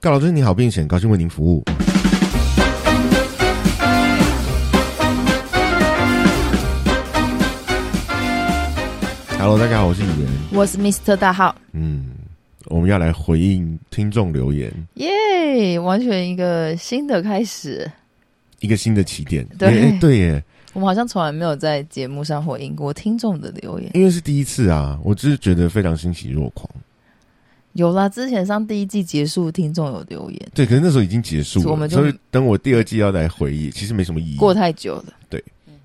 高老师你好，并险高兴为您服务。Hello，大家好，我是雨言。我是 Mr 大号，嗯，我们要来回应听众留言，耶、完全一个新的开始。一个新的起点。对诶诶对耶，我们好像从来没有在节目上回应过听众的留言，因为是第一次啊，我只是觉得非常欣喜若狂。有啦，之前上第一季结束，听众有留言，对，可是那时候已经结束是我了，们就所以等我第二季要来回忆，其实没什么意义。过太久了，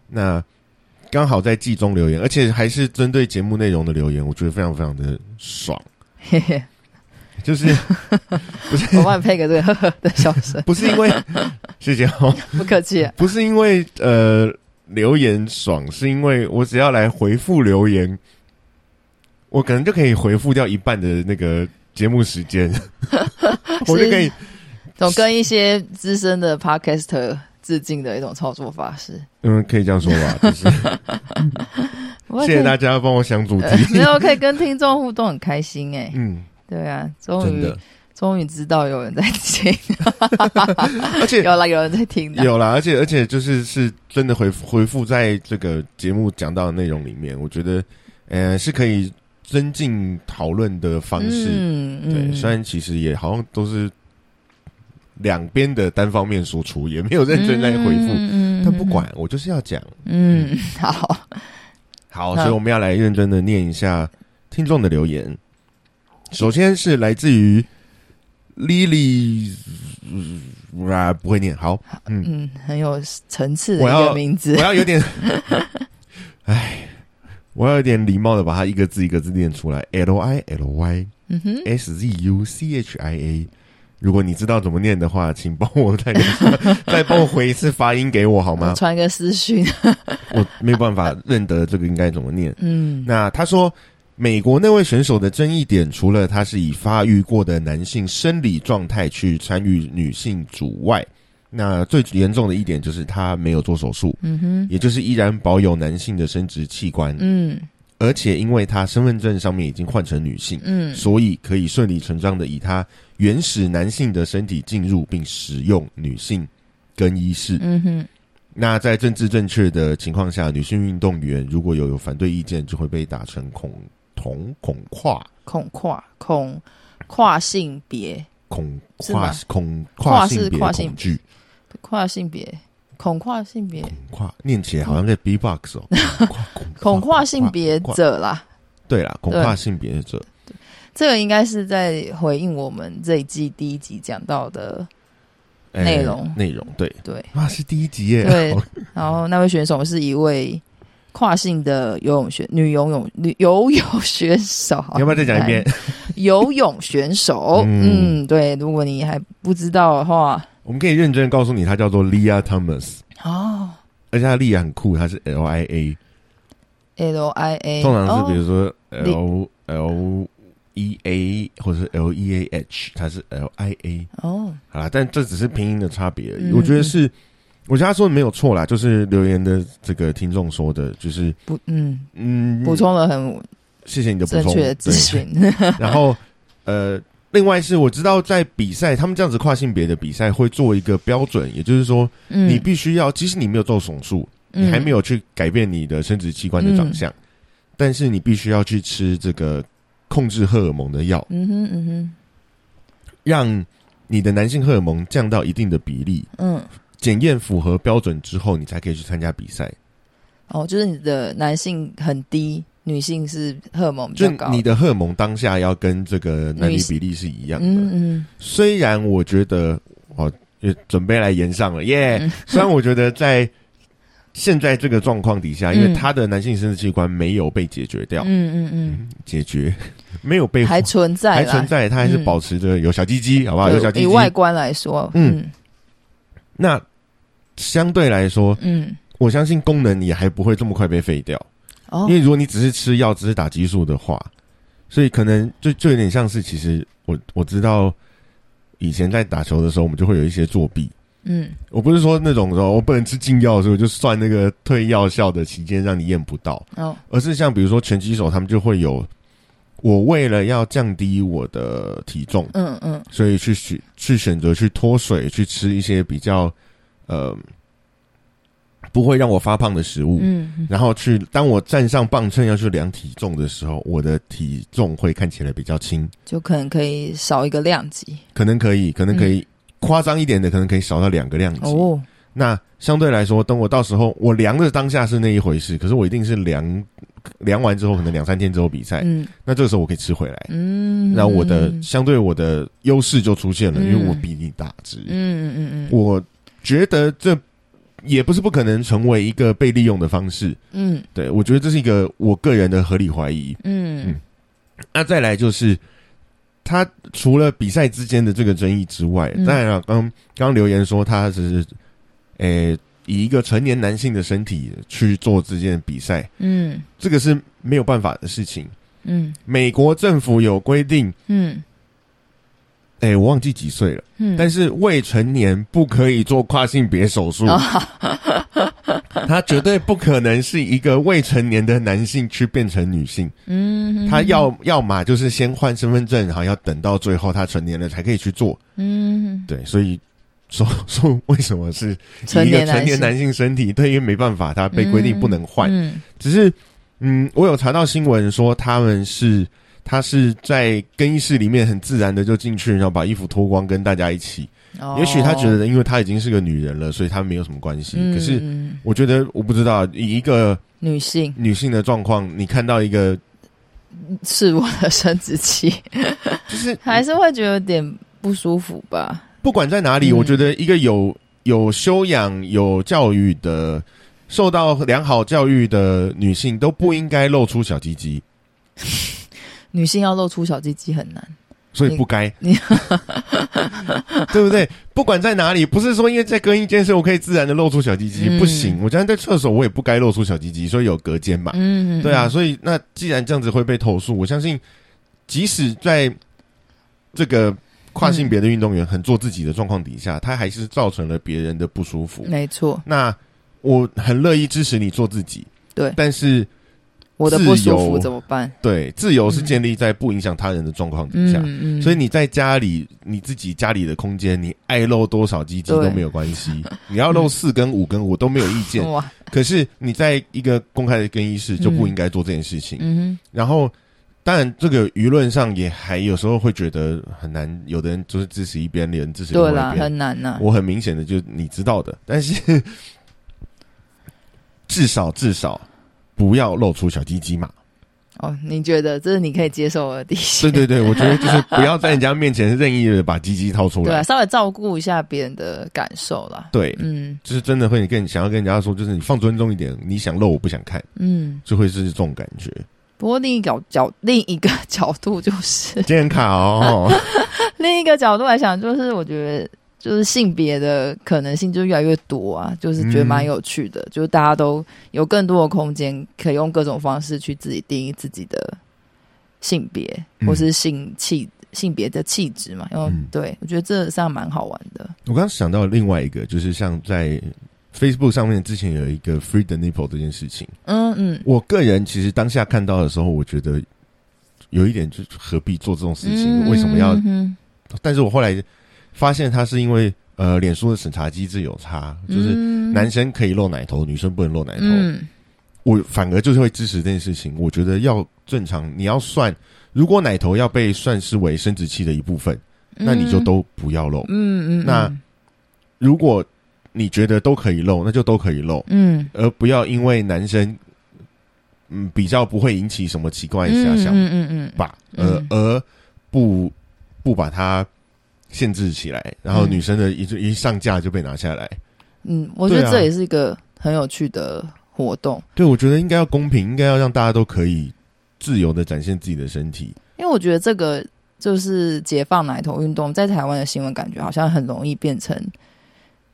那刚好在季中留言，而且还是针对节目内容的留言，我觉得非常非常的爽。嘿 嘿，就是不我是，帮你配个这个呵呵的笑声不是因 为谢谢哦，不客气、啊。不是因为呃留言爽，是因为我只要来回复留言，我可能就可以回复掉一半的那个节目时 间，我就可以总跟一些资深的 podcaster 致敬的一种操作法是。嗯，可以这样说吧，就是谢谢大家帮我呃想主题，家 没有可以跟听众互动，很开心哎、嗯，对啊，终真于的，终于知道有人在听， 而且有啦，有人在听的。有啦，而且而且就是是真的回复回复在这个节目讲到的内容里面，我觉得，呃，是可以增进讨论的方式。嗯对，虽然其实也好像都是两边的单方面输出，也没有认真在回复，嗯但不管，我就是要讲。嗯，好，好，那所以我们要来认真的念一下听众的留言。首先是来自于 Lily，嗯啊，不会念， 好，嗯，嗯，很有层次的我一要个名字我，要有点，哎，我要有点礼貌的把它一个字一个字念出来，L I L Y 嗯哼， S Z U C H I A。如果你知道怎么念的话，请帮我再 再帮我回一次发音给我好吗 我？传个私讯，我没有办法认得这个应该怎么念。嗯，那他说，美国那位选手的争议点，除了他是以发育过的男性生理状态去参与女性主外，那最严重的一点就是他没有做手术。嗯哼，也就是依然保有男性的生殖器官，嗯而且因为他身份证上面已经换成女性，嗯所以可以顺理成章的以他原始男性的身体进入并使用女性更衣室。嗯哼，那在政治正确的情况下，女性运动员如果有有反对意见，就会被打成恐同恐跨恐跨恐跨性别，恐是跨吗恐跨性是别跨性恐惧跨性别，恐跨性别，恐跨，念起来好像在 B-box 哦，恐跨恐跨性别恐跨者啦，对啦，恐对跨性别者，这个应该是在回应我们这一季第一集讲到的，哎内容内容对。对，啊，是第一集耶！对 好然后那位选手是一位跨性的游泳选女游泳女游泳选手，你要不要再讲一遍？，哦游泳选手嗯嗯对，如果你还不知道的话，我们可以认真地告诉你，她叫做 Lia Thomas，哦而且她的 Lia 很酷，她是 L I A， ，L I A，通常是比哦如说 L L E A 或者是 L E A H，她是 L I A。哦，好啦，但这只是拼音的差别而已。嗯我觉得是，我觉得他说的没有错啦，就是留言的这个听众说的，就是不，嗯，嗯，补，充了很谢谢你的补正充，确的资对讯， 然后呃，另外是我知道在比赛，他们这样子跨性别的比赛会做一个标准，也就是说。 嗯，你必须要，即使你没有做手术，嗯你还没有去改变你的生殖器官的长相，但是你必须要去吃这个控制荷尔蒙的药，嗯哼嗯哼让你的男性荷尔蒙降到一定的比例，嗯，检验符合标准之后，你才可以去参加比赛。哦，就是你的男性很低，女性是荷尔蒙比就较高，你的荷尔蒙当下要跟这个男女女比例是一样的。嗯嗯虽然我觉得，哦，也准备来延上了耶。嗯虽然我觉得在现在这个状况底下，因为嗯他的男性生殖器官没有被解决掉，嗯嗯嗯，解决，没有被还存在嗯还啦，存在，它还是保持着有小鸡鸡，好不好？有小鸡嗯以鸡。外观来说，嗯嗯那相对来说，嗯，我相信功能也还不会这么快被废掉，哦因，为如果你只是吃药，只是打激素的话，所以可能就就有点像是，其实我我知道以前在打球的时候，我们就会有一些作弊。嗯我不是说那种哦说我不能吃禁药，所以我就算那个退药效的期间让你验不到，哦，而是像比如说拳击手，他们就会有我为了要降低我的体重，嗯嗯，所以去选去选择去脱水，去吃一些比较呃不会让我发胖的食物。嗯，然后去，当我站上磅秤要去量体重的时候，我的体重会看起来比较轻，就可能可以少一个量级可能可以，可能可以、夸张一点的，可能可以少到两个量级。嗯哦，那相对来说，等我到时候我量的当下是那一回事，可是我一定是量量完之后，可能两三天之后比赛，嗯那这个时候我可以吃回来，嗯，那我的嗯相对我的优势就出现了，嗯因为我比你大只。嗯嗯嗯，我觉得这也不是不可能成为一个被利用的方式，嗯对我觉得这是一个我个人的合理怀疑。嗯那再来就是，他除了比赛之间的这个争议之外，嗯当然了，刚刚刚留言说他只是，诶、以一个成年男性的身体去做这件比赛，嗯这个是没有办法的事情。嗯美国政府有规定，嗯诶、我忘记几岁了，嗯，但是是未成年不可以做跨性别手术，哦 他绝对不可能是一个未成年的男性去变成女性。嗯，他要要么就是先换身份证，然后要等到最后他成年了才可以去做。嗯对，所以说 说为什么是成一个年成年男性身体？对，因为没办法，他被规定不能换。嗯只是，嗯，我有查到新闻说他们是他是在更衣室里面很自然的就进去，然后把衣服脱光跟大家一起。哦也许他觉得，因为他已经是个女人了，所以他没有什么关系。嗯可是。嗯我觉得我不知道，以一个女性女性的状况，你看到一个是我的生殖器，就是还是会觉得有点不舒服吧？不管在哪里，嗯我觉得一个有有修养、有教育的、受到良好教育的女性都不应该露出小鸡鸡，女性要露出小鸡鸡很难，所以不该你你， 对不对？不管在哪里，不是说因为在更衣间时我可以自然的露出小鸡鸡，嗯不行。我现在在厕所，我也不该露出小鸡鸡，所以有隔间嘛。嗯，对啊，，所以那既然这样子会被投诉，我相信即使在这个跨性别的运动员很做自己的状况底下，他还是造成了别人的不舒服。没错，那我很乐意支持你做自己，对但是我的不自由舒服怎么办？对自由是嗯建立在不影响他人的状况底下。嗯嗯，所以你在家里，你自己家里的空间，你爱露多少鸡鸡对都没有关系， 你要露四根五根我都没有意见。哇，可是你在一个公开的更衣室就不应该做这件事情。嗯然后，当然这个舆论上也还有时候会觉得很难，有的人就是支持一边，有人支哼，持另外对一啦，边。很难呐，我很明显的就你知道的，但是 至少至少不要露出小鸡鸡 嘛。哦，你觉得这是你可以接受的底对线？ 对对，我觉得就是不要在人家面前任意的把鸡鸡掏出对啊，来。稍微照顾一下别人的感受啦。对，嗯就是真的会跟你想要跟人家说，就是你放尊重一点，你想露我不想看，嗯，就会是这种感 觉。不过另一角角另一个角度就是今天卡哦，另一个角度来想，就是我觉得就是性别的可能性就越来越多啊，就是觉得蛮有趣的，就是大家都有更多的空间，可以用各种方式去自己定义自己的性别嗯或是性气。性别的气质嘛，然后、嗯对我觉得这上蛮好玩的。我刚刚想到另外一个，就是像在 Facebook 上面之前有一个 Free the Nipple 这件事情，嗯嗯，我个人其实当下看到的时候，我觉得有一点就是何必做这种事情？嗯为什么要嗯？嗯但是我后来发现，它是因为呃，脸书的审查机制有差，就是嗯男生可以露奶头，女生不能露奶头。嗯我反而就是会支持这件事情。我觉得要正常，你要算，如果奶头要被算是为生殖器的一部分，那你就都不要露。嗯嗯嗯嗯那如果你觉得都可以露，那就都可以露。嗯而不要因为男生嗯比较不会引起什么奇怪的遐想嗯嗯嗯嗯吧，嗯呃，而不不把它限制起来，然后嗯女生的一一上架就被拿下来。嗯，我觉对得啊这也是一个很有趣的活动，对，我觉得应该要公平，应该要让大家都可以自由的展现自己的身体。因为我觉得这个就是解放奶头运动在台湾的新闻，感觉好像很容易变成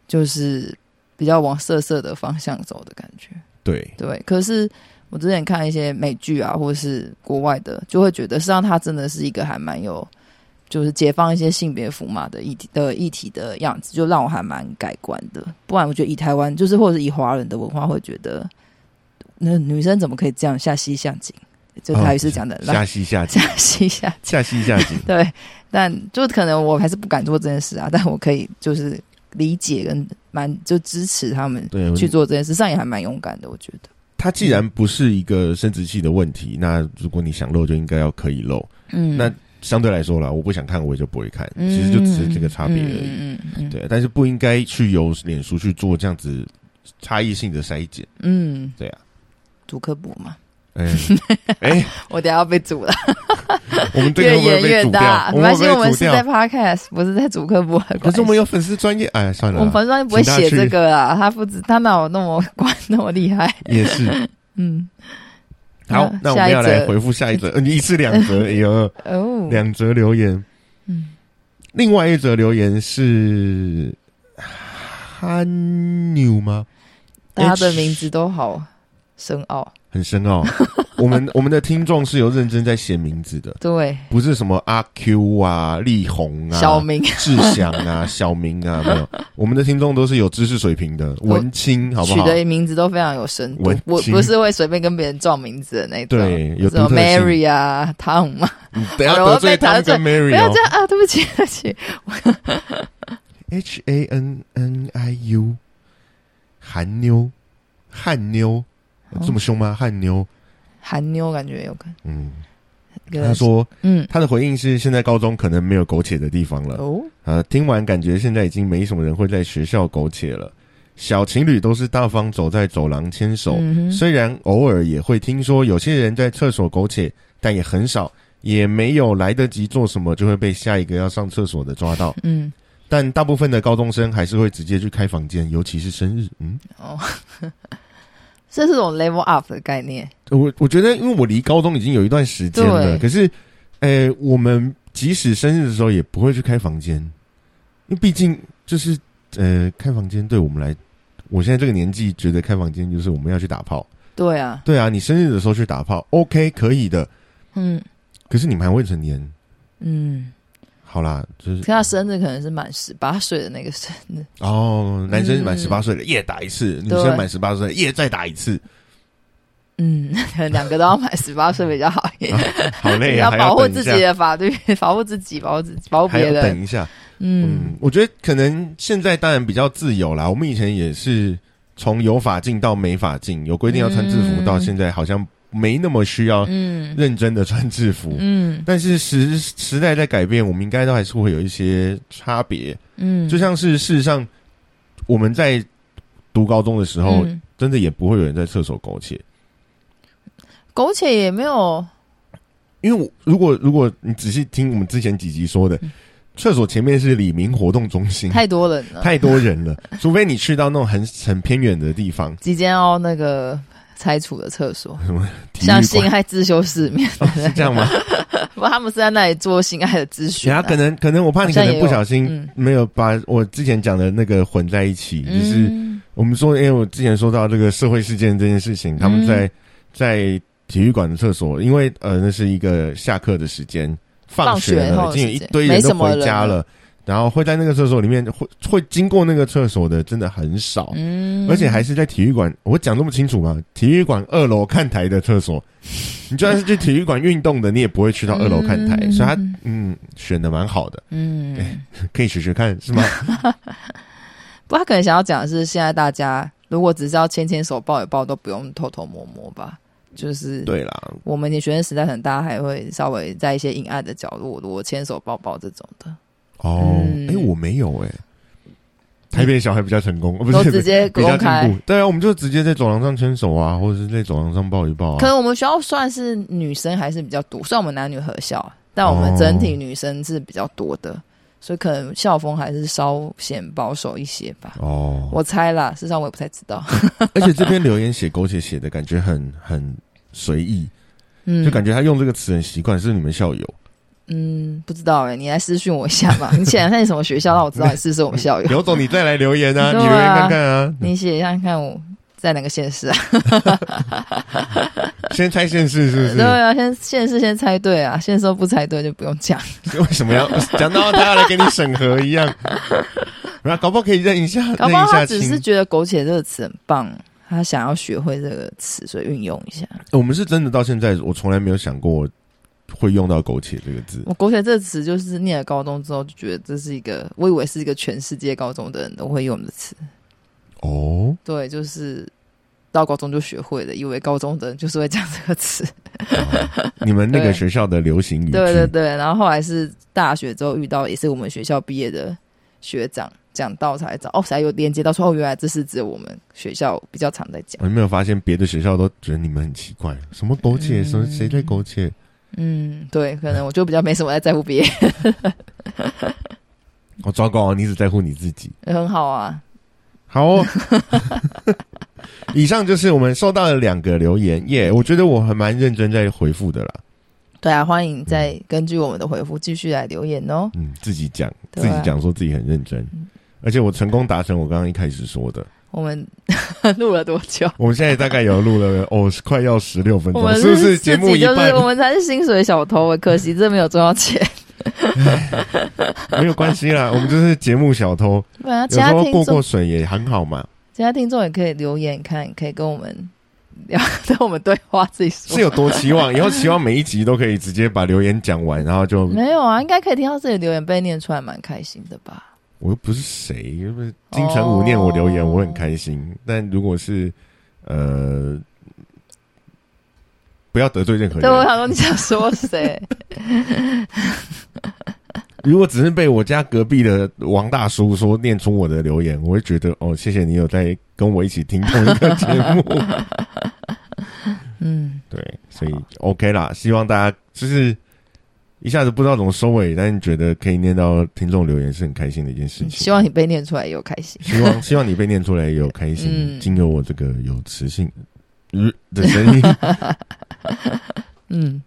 就是比较往色色的方向走的感觉。对，对，可是我之前看一些美剧啊，或是国外的，就会觉得实际上它真的是一个还蛮有，就是解放一些性别符码的议题的议题的样子，就让我还蛮改观的。不然我觉得以台湾，就是或者以华人的文化，会觉得那女生怎么可以这样下西向井？就台语是讲的很烂，啊哦下戏下集下戏下下戏下集， 对，但就可能我还是不敢做这件事啊， 但我可以就是理解跟蛮就支持他们对， 去做这件事，上也还蛮勇敢的，我觉得。它既然不是一个生殖器的问题，那如果你想露就应该要可以露。嗯，那相对来说啦，我不想看我也就不会看，嗯其实就只是这个差别而已。嗯嗯嗯，嗯，对，但是不应该去由脸书去做这样子差异性的筛检。嗯，对啊，主科补嘛， 哎、哎、我等一下要被煮 了，我们这个越会不会演被越煮大掉？。们没关系，会我不会们被煮是在掉？ podcast，不是在主科补的可关是系。我们有粉丝专业，哎，算我了们啦，粉丝不会写这个啊，他不止他哪有那么 关那么厉害？也 是。嗯，好那，那我们要嗯下一则来回复下一则，呃你一次两 则，哎呦，哦，两则留言。嗯，另外一则留言是憨牛吗？大家的名字都好深奥，很深 奥。我们我们的听众是有认真在写名字的，对，不是什么阿 Q 啊、力宏啊、小明，志祥 啊、小明啊，没有。我们的听众都是有知识水平的，文青，好不取好？的名字都非常有深度文，我青不是会随便跟别人撞名字的那种。对有什么独特性 Mary 啊、Tom 嘛，你嗯等下好了得罪他我被得跟不要 Mary 哦这。样啊！对不起，对不起， H A N N I U，韩妞，汉妞，哦这么凶吗？汉妞，韩妞感觉有可能嗯，他，说嗯，他的回应是：现在高中可能没有苟且的地方了。哦，啊，听完感觉现在已经没什么人会在学校苟且了。小情侣都是大方走在走廊牵手，嗯哼虽然偶尔也会听说有些人在厕所苟且，但也很少，也没有来得及做什么就会被下一个要上厕所的抓 到。嗯，但大部分的高中生还是会直接去开房间，尤其是生日。嗯，哦， 这是种 level up 的概念，我我觉得，因为我离高中已经有一段时间了，嗯对可是，呃，我们即使生日的时候也不会去开房间，因为毕竟就是呃，开房间对我们来，我现在这个年纪觉得开房间就是我们要去打炮。对啊，对啊，你生日的时候去打炮，OK，可以的。嗯可是你们还未成年，嗯，好啦，就是可他生日可能是满十八岁的那个生日，哦，男生满嗯十八岁了也打一次，女对生满十八岁了也再打一次，嗯，可能两个都要满十八岁比较好一点， 好累啊， 要还保护等一自下己的法律， 保护自己，保护自己，保护还别要人，等一下。嗯嗯，我觉得可能现在当然比较自由啦。我们以前也是从有法禁到没法禁，有规定要穿制服，嗯到现在好像没那么需要嗯认真的穿制服。嗯但是时时代在改变，我们应该都还是会有一些差别。嗯，就像是事实上，我们在读高中的时候，嗯真的也不会有人在厕所苟且，苟且也没有，因为我如果如果你仔细听我们之前几集说的嗯，厕所前面是李明活动中心，太多人啊了。 太多人了，除非你去到那种很很偏远的地方，即将要那个拆除的厕所，体育像馆性爱自修室里面，哦是 这样吗？ 不过他们是在那里做性爱的咨询、他啊。可能可能我怕你可好像能也有不小心嗯没有把我之前讲的那个混在一起，就是嗯我们说，因为我之前说到这个社会事件这件事情，他们嗯在在体育馆的厕所，因为呃那是一个下课的时间，放学放学了，后已经有的一时间堆人没都什么回人家了了，然后会在那个厕所里面会会经过那个厕所的真的很少，嗯哦而且还是在体育馆，我讲这么清楚吗？体育馆二楼看台的厕所，你就算是去体育馆运动的，你也不会去到二楼看台，嗯所以他嗯选的蛮好的，嗯，可以学学看 是吗？不，他可能想要讲的是，现在大家如果只是要牵牵手、抱一抱，都不用偷偷摸摸吧。就是对啦，我们以前学生时代，可能大家还会稍微在一些阴暗的角落，我牵手、抱抱这种的，哦，哎、嗯我没有哎、台北小孩比较成功，哦、不都是直接比公较进开。步，对啊，我们就直接在走廊上牵手啊，或者是在走廊上抱一抱可啊。能我们学校算是女生还是比较多，虽然我们男女合校，但我们整体女生是比较多的，所以可能校风还是稍显保守一些吧。哦，我猜啦，事实上我也不太知道，而且这边留言写苟且写的感觉很很随意，嗯，就感觉他用这个词很习惯，是不是你们校友。 嗯不知道哎、你来私讯我一下嘛，你显然看你什么学校，让我知道你是不是我们校友。刘总，你再来留言啊，你对啊留言看看啊。你写一下看我在哪个县市啊？先猜现市是不对是？啊，先县市先猜对啊，县市都不猜对就不用 讲。为什么要讲到他要来给你审核一 啊样？然后搞不好可以认一下，搞认不好一他下只是亲。觉得“苟且”这个词很棒，他想要学会这个词，所以运用一下。呃我们是真的到现在，我从来没有想过会用到“苟且”这个字。我狗血这个词就是念了高中之后就觉得这是一个，我以为是一个全世界高中的人都会用的词，哦，对，就是到高中就学会了，以为高中的人就是会讲这个词，啊你们那个对学校的流行语句，对对对。然后后来是大学之后遇到也是我们学校毕业的学长讲到才找哦，才有连接到说哦，原来这是只有我们学校比较常在讲，我有没有发现别的学校都觉得你们很奇怪？什么苟且？嗯什么谁对苟且？嗯，对，可能我就比较没什么在在乎别人，哦，糟糕、啊，你只在乎你自己。 很好啊，好、哦， 以上就是我们收到的两个留言耶我觉得我还蛮认真在回复的啦。对啊，欢迎再根据我们的回复继续来留言哦。嗯，自己讲，自对啊己讲说自己很认真嗯，而且我成功达成我刚刚一开始说的。我们 录了多久？我们现在大概有录了 哦，快要十六分我钟，们是不是节目自一己就半是？我们才是薪水小偷，欸可惜这没有赚到钱。没有关系啦，我们就是节目小偷， 对啊，有其时他候听过过众，水也很好嘛。其他听众也可以留言看，可以跟我们聊，跟我们对话，自己说是。有多期望？以后期望每一集都可以直接把留言讲完，然后就没有啊，应该可以听到自己的留言被念出来，蛮开心的吧？我又不是谁，又不是金城武念我留言，哦我很开心。但如果是呃，不要得罪任何对，我人。想说你想说 谁？如果只是被我家隔壁的王大叔说念出我的留言，我会觉得哦，谢谢你有在跟我一起听同一个节目。 嗯，对，所以 OK 啦，希望大家就是一下子不知道怎么收尾，但觉得可以念到听众留言是很开心的一件事情。希望你被念出来也有开心。希望希望你被念出来也有开心，嗯经由我这个有磁性呃的声音。嗯，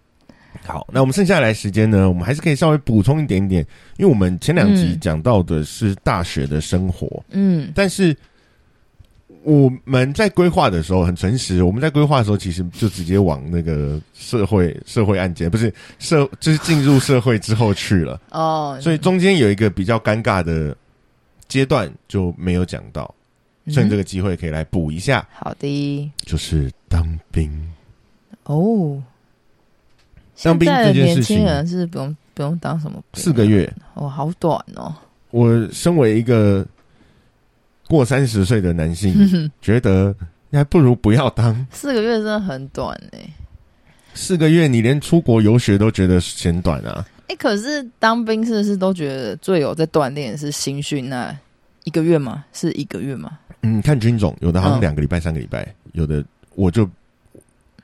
好，那我们剩下来时间呢，我们还是可以稍微补充一点点，因为我们前两集嗯讲到的是大学的生活，嗯，但是我们在规划的时候很诚实，我们在规划的时候其实就直接往那个社会社会案件，不是社，就是进入社会之后去了，哦，所以中间有一个比较尴尬的阶段就没有讲到，趁这个个机会可以来补一下。嗯好的就是当兵。哦。当兵现在的这件年事情轻人是不用不用当什么兵四个月，哦，好短哦。我身为一个过三十岁的男 性，觉得还不如不要当。四个月真的很短哎、四个月，你连出国游学都觉得嫌短啊！哎、可是当兵是不是都觉得最有在锻炼的是新训那一个月吗？是一个月吗？嗯，看军种，有的好像嗯两个礼拜、三个礼拜，有的我就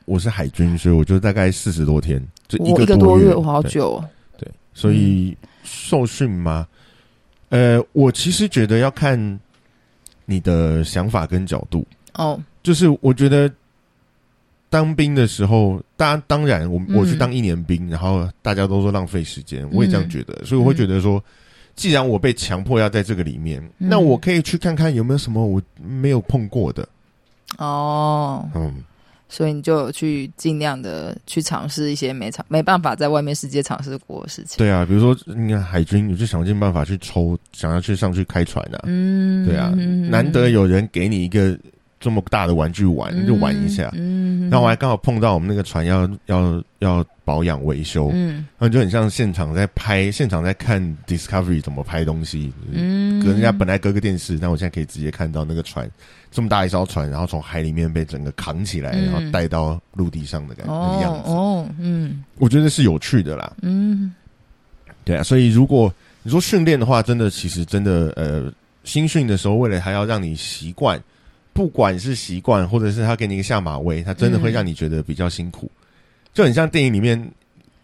我是海军，所以我就大概四十多天，就我个个多多月，我好对久、哦。对，所以受训吗？呃，我其实觉得要看你的想法跟角度。哦，就是我觉得当兵的时候，大家当然我嗯我去当一年兵，然后大家都说浪费时间，我也这嗯样觉得，所以我会觉得说，既然我被强迫要在这个里面，嗯那我可以去看看有没有什么我没有碰过的，哦，嗯，所以你就有去尽量的去尝试一些没尝没办法在外面世界尝试过的事情。对啊，比如说你看海军，你就想尽办法去抽，想要去上去开船啊，嗯，对啊嗯难得有人给你一个这么大的玩具玩，你就玩一下。嗯然后我还刚好碰到我们那个船要要要保养维修，嗯然后就很像现场在拍，现场在看 Discovery 怎么拍东西。嗯，嗯，可人家本来隔个电视，但我现在可以直接看到那个船，这么大一艘船，然后从海里面被整个扛起来，嗯然后带到陆地上的感觉、那个哦样子，哦，嗯我觉得是有趣的啦。嗯对啊，所以如果你说训练的话，真的其实真的呃，新训的时候为了还要让你习惯，不管是习惯或者是他给你一个下马威，他真的会嗯让你觉得比较辛苦，就很像电影里面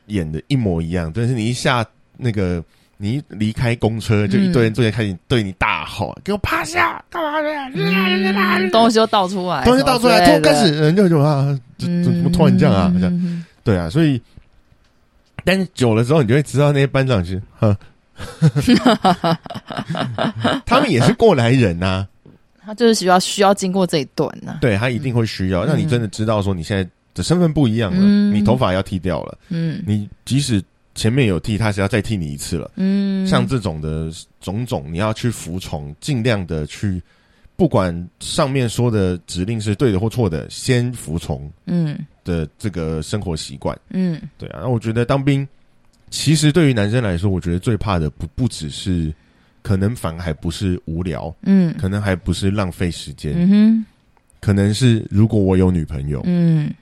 演的一模一样，就是你一下那个。你一离开公车，就一堆人坐在开始对你大吼：“给我趴下！干嘛嗯，呢？东西就倒出来，东西倒出来！”什突么之类开的始人就就啊，怎怎么突然这样啊？这样嗯对啊，所以，但是久了之后，你就会知道那些班长是，呵 他们也是过来人呐、他就是需要需要经过这一段啊呢、对他一定会需要让你真的知道说你现在的身份不一样了，嗯你头发要剃掉了，嗯你即使前面有剃，他是要再剃你一次了。嗯，像这种的种种，你要去服从，尽量的去不管上面说的指令是对的或错的，先服从嗯的这个生活习惯。嗯，对啊，那我觉得当兵其实对于男生来说，我觉得最怕的不不只是，可能反而还不是无聊，嗯可能还不是浪费时间，嗯可能是如果我有女朋友哼，，嗯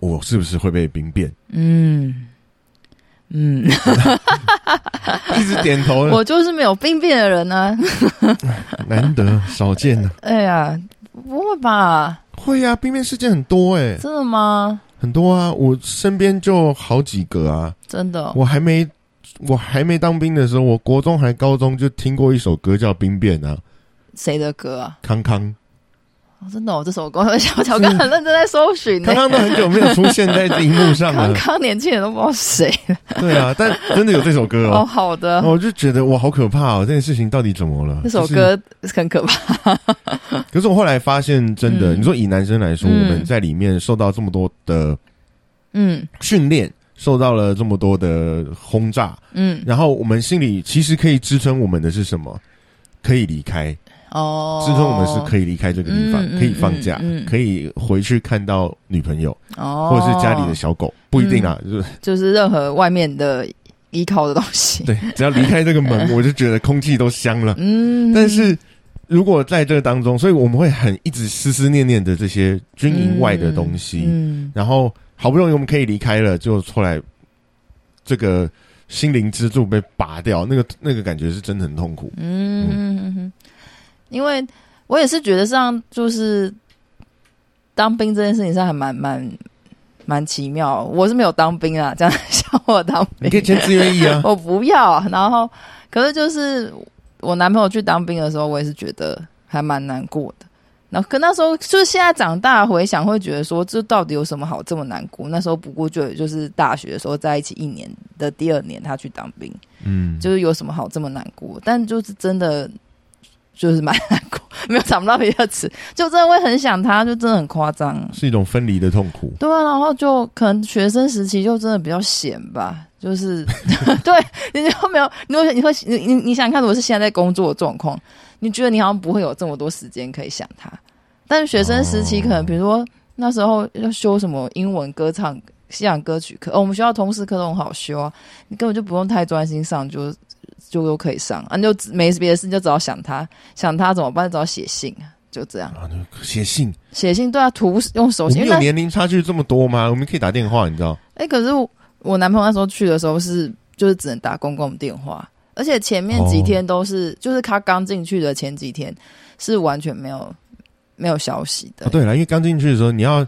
我是不是会被兵 变？嗯嗯，一直点头，我就是没有病变的人呢、难得少见呢、 哎呀，不会吧？会呀、兵变事件很多哎、真的吗？很多啊，我身边就好几个啊。真的哦、我还没我还没当兵的时候，我国中还高中就听过一首歌叫《兵变》啊，谁的歌啊？康 康，哦真的、哦，这首歌 小乔刚嗯很认真在搜寻呢、康康都很久没有出现在荧幕上刚了。刚年轻人都不知道谁 对啊，但真的有这首歌哦，哦。好的，我就觉得哇，好可怕哦！这件事情到底怎么了？那首就是，歌很可怕。可是我后来发现，真的，嗯你说以男生来说，嗯我们在里面受到这么多的嗯训练，受到了这么多的轰炸，嗯，然后我们心里其实可以支撑我们的是什么？可以离开，哦，支撑我们是可以离开这个地方，嗯嗯可以放假，嗯嗯可以回去看到女朋友，哦，或者是家里的小狗，不一定啊，就是就是任何外面的依靠的东西。对，只要离开这个 门，我就觉得空气都香了。嗯，但是如果在这当中，所以我们会很一直思思念念的这些军营外的东西，嗯然后好不容易我们可以离开了，就后来这个心灵支柱被拔掉，那个那个感觉是真的很痛苦。嗯嗯嗯，因为我也是觉得上就是当兵这件事情上还蛮蛮蛮奇妙。我是没有当兵啊，这样 像我当你可以兵，，签自愿意啊 我不要。然后可是就是我男朋友去当兵的时候，我也是觉得还蛮难过的。然后可那时候就是现在长大回想，会觉得说这到底有什么好这么难过？那时候不过就也就是大学的时候在一起一年的第二年，他去当兵。嗯，就是有什么好这么难过？但就是真的就是蛮难过，没有找不到别的词，就真的会很想他，就真的很夸张。是一种分离的痛苦。对啊，然后就可能学生时期就真的比较闲吧，就是 对，你就没有，你会你会你你你想想看，如果是现在在工作的状况，你觉得你好像不会有这么多时间可以想他，但是学生时期可能比如哦说那时候要修什么英文歌唱、西洋歌曲课，哦，我们学校通识课都很好修啊，你根本就不用太专心上，就就都可以上啊，你就只没别的事，你就只要想他，想他怎么办？只要写信啊，就这样，写信，写信对啊，图用手我写，们因为有那年龄差距这么多吗？我们可以打电话，你知道？哎、可是我我男朋友那时候去的时候是就是只能打公共电话，而且前面哦几天都是、就是他刚进去的前几天是完全没有没有消息的。啊，对了，因为刚进去的时候，你要，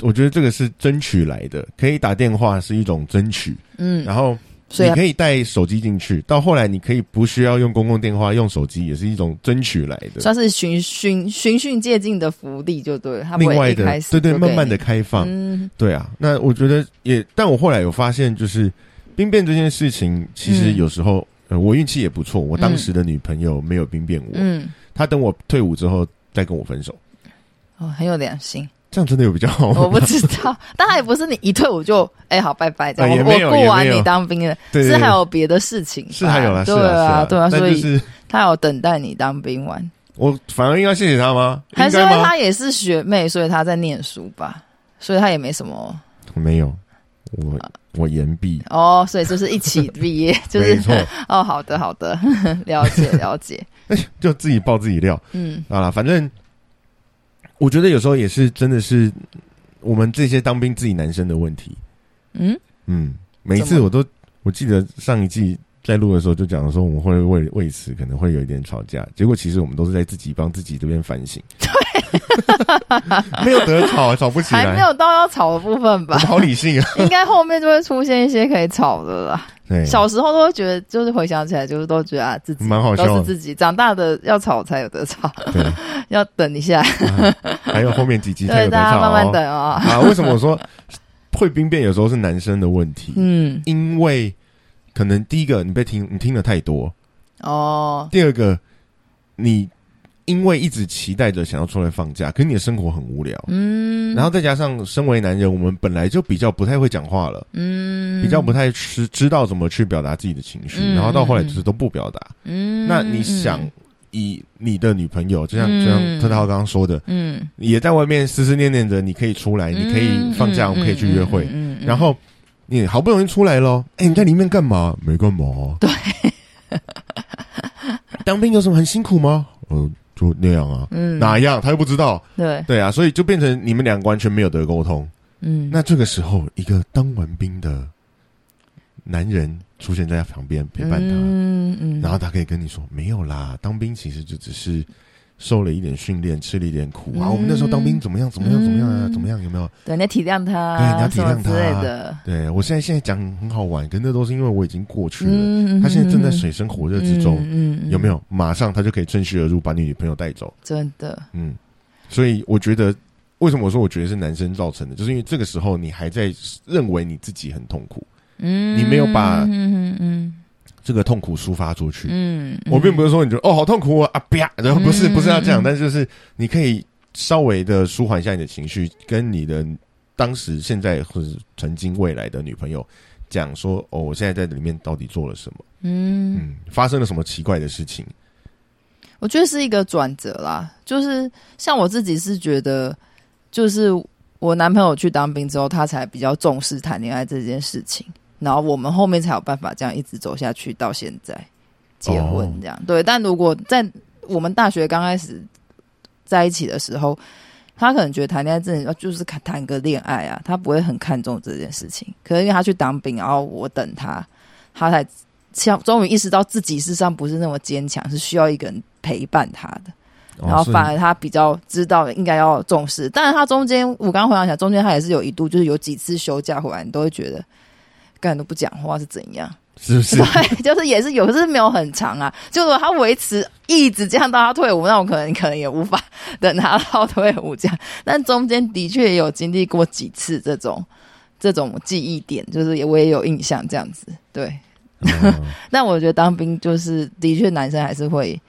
我觉得这个是争取来的，可以打电话是一种争取，嗯，然后所以啊你他可以带手机进去，到后来你可以不需要用公共电话，用手机也是一种争取来的。算是循循循序渐进的福利，就对了，他不另会外一的开，始对对，就给慢慢你的开放，嗯对啊。那我觉得也，但我后来有发现，就是兵变这件事情，其实嗯有时候、呃，我运气也不错，我当时的女朋友没有兵变我，嗯，她等我退伍之后再跟我分手，哦，很有良心，这样真的有比较好吗？我不知道，当然也不是你一退我就哎、好拜拜这样，哦啊也我没有我过也完没有你当兵了， 对对是对还有别的事情吧，是还有啦，是对啦，对啊，但所就以是他有等待你当兵完，我反而应该谢谢他吗？还是因应为该吗她也是学妹，所以她在念书吧，所以她也没什么没有，我我言毕，哦，所以就是一 起毕业，就是没错， 哦，好的好的， 了 解了解，就自己爆自己料嗯啊啦。反正我觉得有时候也是真的是我们这些当兵自己男生的问题。嗯，嗯，每一怎次么我都我记得上一季在录的时候就讲说我们会为为此可能会有一点吵架，结果其实我们都是在自己帮自己这边反 省。对，没有得吵，吵不起还没来。有到要吵的部分我吧们，好理性啊！ 应该后面就会出现一些可以吵的啦。对，小时候都会觉得，就是回想起来，就是都觉得啊自己。蛮嗯好都笑是的。自己长大的要吵才有得吵， 对，要等一下，啊还有后面几集才对有得吵大家哦。慢慢等啊、啊，为什么我说会兵变有时候是男生的问题？嗯，因为可能第一个你被听你听的太多，哦，第二个你因为一直期待着想要出来放假，可是你的生活很无聊，嗯，然后再加上身为男人，我们本来就比较不太会讲话了，嗯，比较不太知知道怎么去表达自己的情绪，嗯然后到后来就是都不表达。嗯，那你想嗯，以你的女朋友，就像、就嗯像特浩刚刚说的，嗯，也在外面思思念念着，你可以出来，哎你可以放假，我们可以去约会。嗯然后你好不容易出来咯，哎、你在里面干嘛？没干嘛、对， 当兵有什么很辛苦吗？呃，就那样啊，嗯，哪样他又不知道。对，对啊，所以就变成你们两个完全没有得沟通。嗯，那这个时候，一个当完兵的男人出现在他旁边陪伴他，嗯嗯，然后他可以跟你说：“没有啦，当兵其实就只是受了一点训练，吃了一点苦啊。嗯我们那时候当兵怎么样，怎么样，嗯怎么样啊，怎么样？有没有？对你要体谅他，对你要体谅他什么之类的。对我现在现在讲很好玩，可那都是因为我已经过去了。嗯，他现在正在嗯水深火热之中，嗯，嗯有没？嗯有？马上他就可以趁虚而入，把你女朋友带走。真的，嗯，所以我觉得，为什么我说我觉得是男生造成的，就是因为这个时候你还在认为你自己很痛苦，嗯，你没有把嗯嗯嗯这个痛苦抒发出去。嗯，嗯我并不是说你觉得哦好痛苦啊啊啪，然后不是嗯不是要这样，嗯嗯但是就是你可以稍微的舒缓一下你的情绪，跟你的当时、现在或者是曾经、未来的女朋友讲说哦，我现在在里面到底做了什么？嗯嗯，发生了什么奇怪的事情？我觉得是一个转折啦，就是像我自己是觉得，就是我男朋友去当兵之后，他才比较重视谈恋爱这件事情，然后我们后面才有办法这样一直走下去到现在结婚这样。对，但如果在我们大学刚开始在一起的时候，他可能觉得谈恋爱这件哦就是谈谈个恋爱啊，他不会很看重这件事情。可是因为他去当兵，然后我等他，他才像终于意识到自己事实上不是那么坚强，是需要一个人陪伴他的。哦然后是反而他比较知道应该要重视。但是他中间，我刚刚回想起来，中间他也是有一度，就是有几次休假回来，你都会觉得。干都不讲话是怎样？是不是？对， 就是也是有，可是没有很长啊。就如果他维持一直这样到他退伍，那我可能可能也无法 等他到退伍这样。但中间的确也有经历过几次这种这种记忆点，就是也我也有印象这样子。对， 嗯但我觉得当兵就是的确男生还是会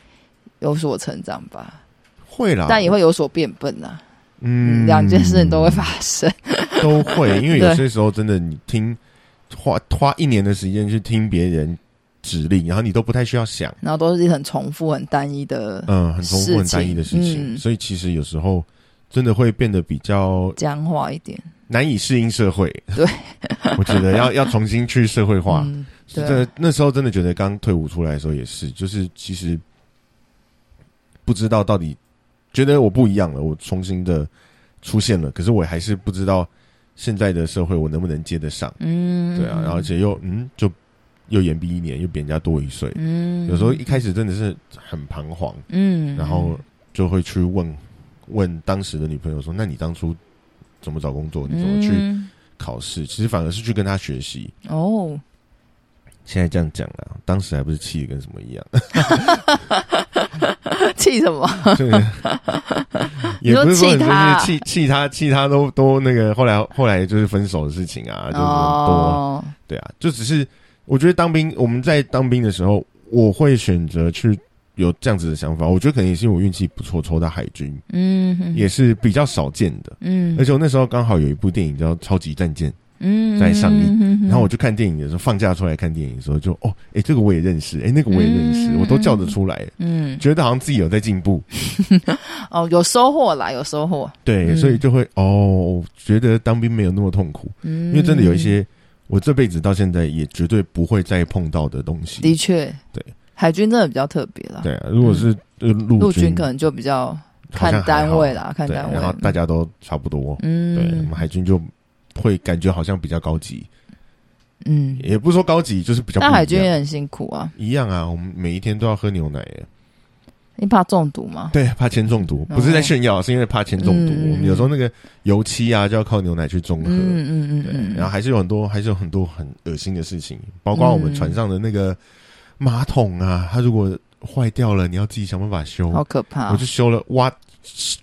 有所成长吧，会啦，但也会有所变笨啊。啊嗯嗯，两件事情都会发生。都 会，因为有对些时候真的你听花花一年的时间去听别人指令，然后你都不太需要想。然后都是很重复、很单一的嗯，很重复、很单一的事事情，情嗯所以其实有时候真的会变得比较僵化一点。难以适应社会。对， 我觉得要要重新去社会化。嗯，是对真的，那时候真的觉得刚退伍出来的时候也是，就是其实不知道到底觉得我不一样了，我重新的出现了，可是我还是不知道现在的社会我能不能接得上。嗯，对啊，然后而且又嗯，就又延毕一年，又比人家多一岁，嗯，有时候一开始真的是很彷徨。嗯，然后就会去问问当时的女朋友说：“那你当初怎么找工作？你怎么去嗯考试？”其实反而是去跟她学习。哦， 现在这样讲了，当时还不是气的跟什么一 样，气什么？就是也不是说很你说气她啊就是气气他气他都都那个后来后来就是分手的事情啊，就是很多、哦，对啊，就只是我觉得当兵我们在当兵的时候，我会选择去有这样子的想法。我觉得可能也是我运气不错，抽到海军嗯，也是比较少见的。嗯，而且我那时候刚好有一部电影叫《超级战舰》，嗯在上映映然后我就看电影的时候，放假出来看电影的时候就，哦，哎、这个我也认识，哎、那个我也认识，嗯我都叫得出来，嗯，觉得好像自己有在进步，哦，有收获啦，有收获，对，嗯所以就会哦，觉得当兵没有那么痛苦，嗯，因为真的有一些我这辈子到现在也绝对不会再碰到的东西。的确，对，海军真的比较特别啦，对啊，如果是呃陆嗯陆军，军可能就比较好像看还好单位啦，看对，单位，然后大家都差不多，嗯，对，我们海军就会感觉好像比较高级，嗯，也不是说高级，就是比较不一但样。海军也很辛苦啊，一样啊，我们每一天都要喝牛奶嗯耶。你怕中毒吗？对，怕铅中毒，哦不是在炫耀，是因为怕铅中毒。嗯我们有时候那个油漆啊，就要靠牛奶去中和。嗯嗯对，嗯，然后还是有很多，还是有很多很恶心的事情，包括我们嗯船上的那个马桶啊，它如果坏掉了，你要自己想办法修。好啊可怕我就修了挖，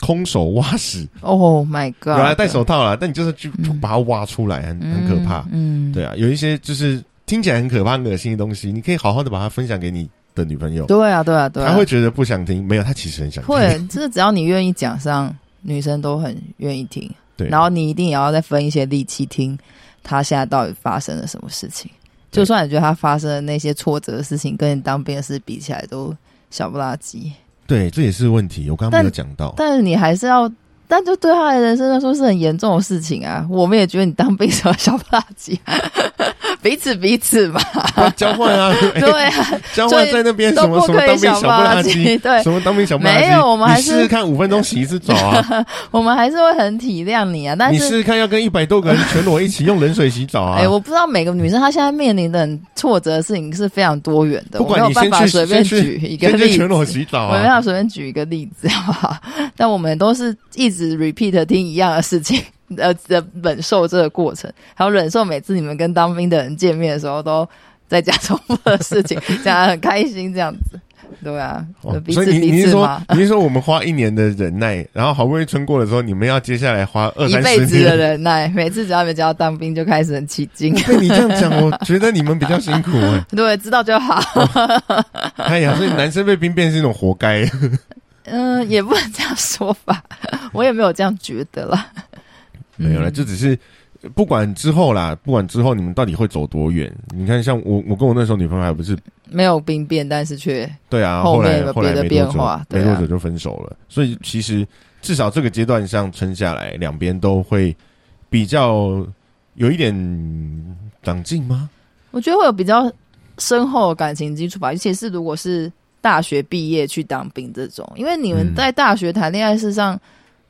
空手 挖屎， ！Oh my god！有啊来戴手套啦，但你就是去嗯把它挖出来，很很可怕。嗯，嗯对啊，有一些就是听起来很可怕、很恶心的东西，你可以好好的把它分享给你的女朋友。对啊，对啊，对啊，他会觉得不想听，没有，他其实很想听。会，这只要你愿意讲上，女生都很愿意听。对，然后你一定也要再分一些力气听她现在到底发生了什么事情。对就算你觉得她发生的那些挫折的事情，跟你当兵的事比起来都小不拉几。对，这也是问题。我刚刚没有讲到，但是你还是要，但就对他的人生来说是很严重的事情啊。我们也觉得你当兵什么小不拉几、啊， 彼此彼此嘛。要交换啊，哎对啊，交换在那边所什以么什么当兵小不拉几，都不可以小不拉几对什么当兵小不拉几，没有我们还你是试试看五分钟洗一次澡 啊，我们还是会很体谅你啊。但你是试试看要跟一百多个人全裸一起用冷水洗澡啊哎、，我不知道每个女生她现在面临的很挫折的事情是非常多元的，不管我你没先有办法去随便先举去一个先去例全子。裸洗澡 我没办啊，法随便举一个例子，好不好？ 但我们都是一直 repeat 地听一样的事情，呃，呃忍受这个过程，还有忍受每次你们跟当兵的人见面的时候都在讲重复的事 情，讲得很开心这样子，对啊，哦就彼所此以你你彼是此说嘛，你是说我们花一年的忍耐，然后好不容易撑过了之后，你们要接下来花二一三辈十子 的年？忍耐，每次只要没讲到当兵就开始很起劲， 被你这样讲，我觉得你们比较辛苦哎。对，知道就好。哎呀，所以男生被兵变是一种活该。嗯，也不能这样说吧，我也没有这样觉得啦。没有了，嗯就只是呃不管之后啦，不管之后你们到底会走多远，你看像我，我跟我那时候女朋友还不是没有兵变，但是却对啊，后后面来有后别来的没变多化久，对啊没多久就分手了，所以其实至少这个阶段上撑下来，两边都会比较有一点长进吗？我觉得会有比较深厚的感情基础吧，尤其是如果是大学毕业去当兵这种，因为你们嗯在大学谈恋爱事上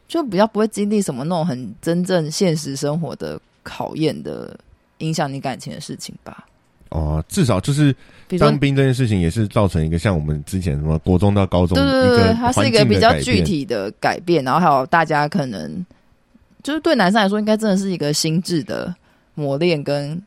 就比较不会经历什么那种很真正现实生活的考验的影响你感情的事情吧。哦，至少就是比如说当兵这件事情也是造成一个像我们之前什么国中到高中对对一对个对，它是一环个境比的较改具变，体的改变，然后还有大家可能就是对男生来说，应该真的是一个心智的磨练跟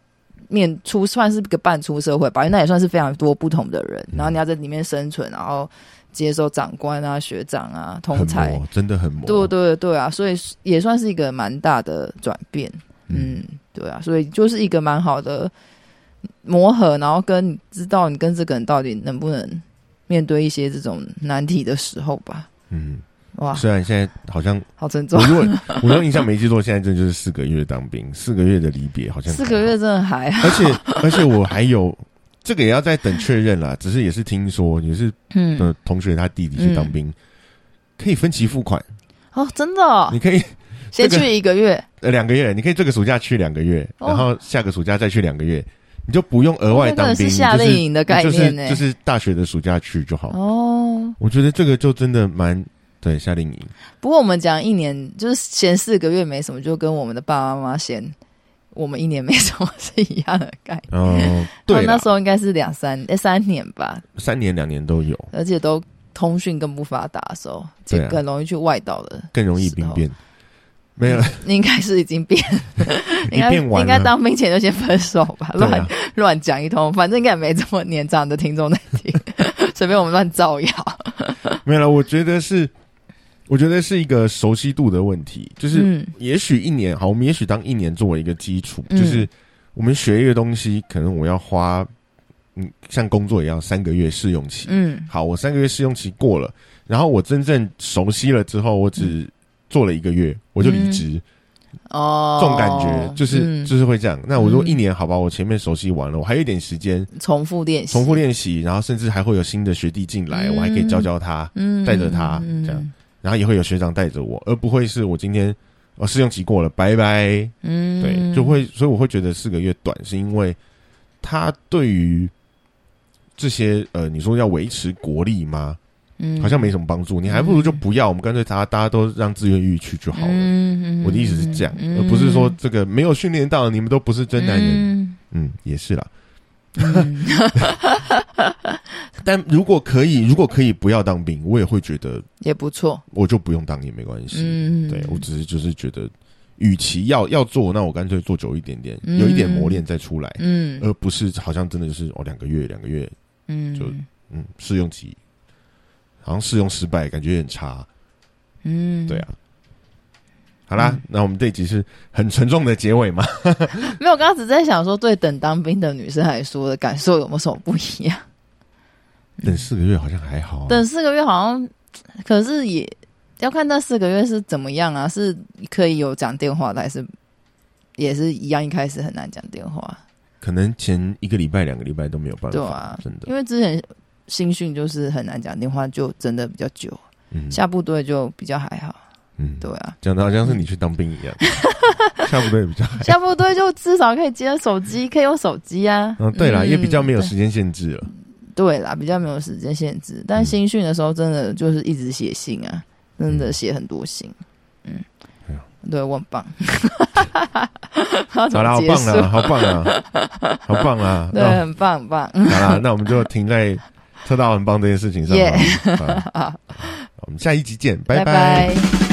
面出算是个半出社会吧，因为那也算是非常多不同的人，嗯然后你要在里面生存，然后接受长官啊、学长啊、同很才，磨，真的很磨。对对对啊，所以也算是一个蛮大的转变，嗯，对啊，所以就是一个蛮好的磨合，然后跟你知道你跟这个人到底能不能面对一些这种难题的时候吧。嗯，哇，虽然现在好像好沉重我！如果我用印象没记错，现在这就是四个月当兵，四个月的离别好像四个月真的还好还好，而且而且我还有这个也要再等确认啦，只是也是听说，也是嗯呃同学他弟弟去当兵，可以分期付款，哦，真的哦、你可以先这个去一个月，呃两个月，你可以这个暑假去两个月，哦然后下个暑假再去两个月，你就不用额外那真当的兵，是夏令营的概就是念呢、就是就是大学的暑假去就好。哦，我觉得这个就真的蛮对夏令营，不过我们讲一年，就是前四个月没什么，就跟我们的爸爸妈妈嫌我们一年没什么是一样的概念。然后对哦那啦时候应该是两三哎、三年吧，三年两年都有，而且都通讯更不发达的时候，就对啊更容易去外岛的。更容易兵变。没 有，应该是已经变，应你该变完应该了当兵前就先分手吧，对乱、啊，乱讲一通，反正应该也没这么年长的听众在听， 随便我们乱造谣。没有了。我觉得是，我觉得是一个熟悉度的问题，就是嗯也许一年好，我们也许当一年作为一个基础，嗯就是我们学一个东西，可能我要花，嗯，像工作一样三个月试用期。嗯好，我三个月试用期过了，然后我真正熟悉了之后，我嗯只做了一个月，我就离职，哦，这种感觉就是、嗯就是会这样。那我如果嗯一年好吧，我前面熟悉完了，我还有一点时间重复练习，重复练习，然后甚至还会有新的学弟进来，我还可以教教他。嗯，带着他这样然后也会有学长带着我，而不会是我今天哦试用期过了，拜拜。嗯，对，就会，所以我会觉得四个月短，是因为他对于这些呃，你说要维持国力吗？嗯好像没什么帮助，你还不如就不要，我们干脆大家大家都让自愿意去就好了。嗯嗯我的意思是这样，嗯而不是说这个没有训练到，你们都不是真男人。嗯，也是啦。嗯 嗯但如果可以，如果可以不要当兵，我也会觉得也不错，我就不用当也没关系。嗯，对我只是就是觉得，与其要要做，那我干脆做久一点点，嗯有一点磨练再出来，嗯而不是好像真的就是哦两个月两个月，嗯就嗯试用期，好像试用失败，感觉也很差，嗯对啊。好啦，嗯那我们这一集是很沉重的结尾嘛？ 没有，我刚刚只在想说，对等当兵的女生来说的感受有没有什么不一样？嗯等四个月好像还好、啊，等四个月好像，可是也要看那四个月是怎么样啊？是可以有讲电话的，还是也是一样？一开始很难讲电话，可能前一个礼拜、两个礼拜都没有办法，对啊真的因为之前新训就是很难讲电话，就真的比较久。嗯，下部队就比较还好，嗯，对 啊，讲的好像是你去当兵一 样，下部队比较还好。下部队就至少可以接手机，可以用手机啊。嗯，对了，也比较没有对时间限制了。对啦，比较没有时间限制。但嗯新训的时候，真的就是一直写信啊，真的写很多信。嗯哎呀，对，我很棒。好好啦，好棒啊！啊，好棒啊， 好棒啊！对，那很棒很棒。嗯好啦，那我们就停在车道很棒这件事情上吧。好好，我们下一集见，拜拜。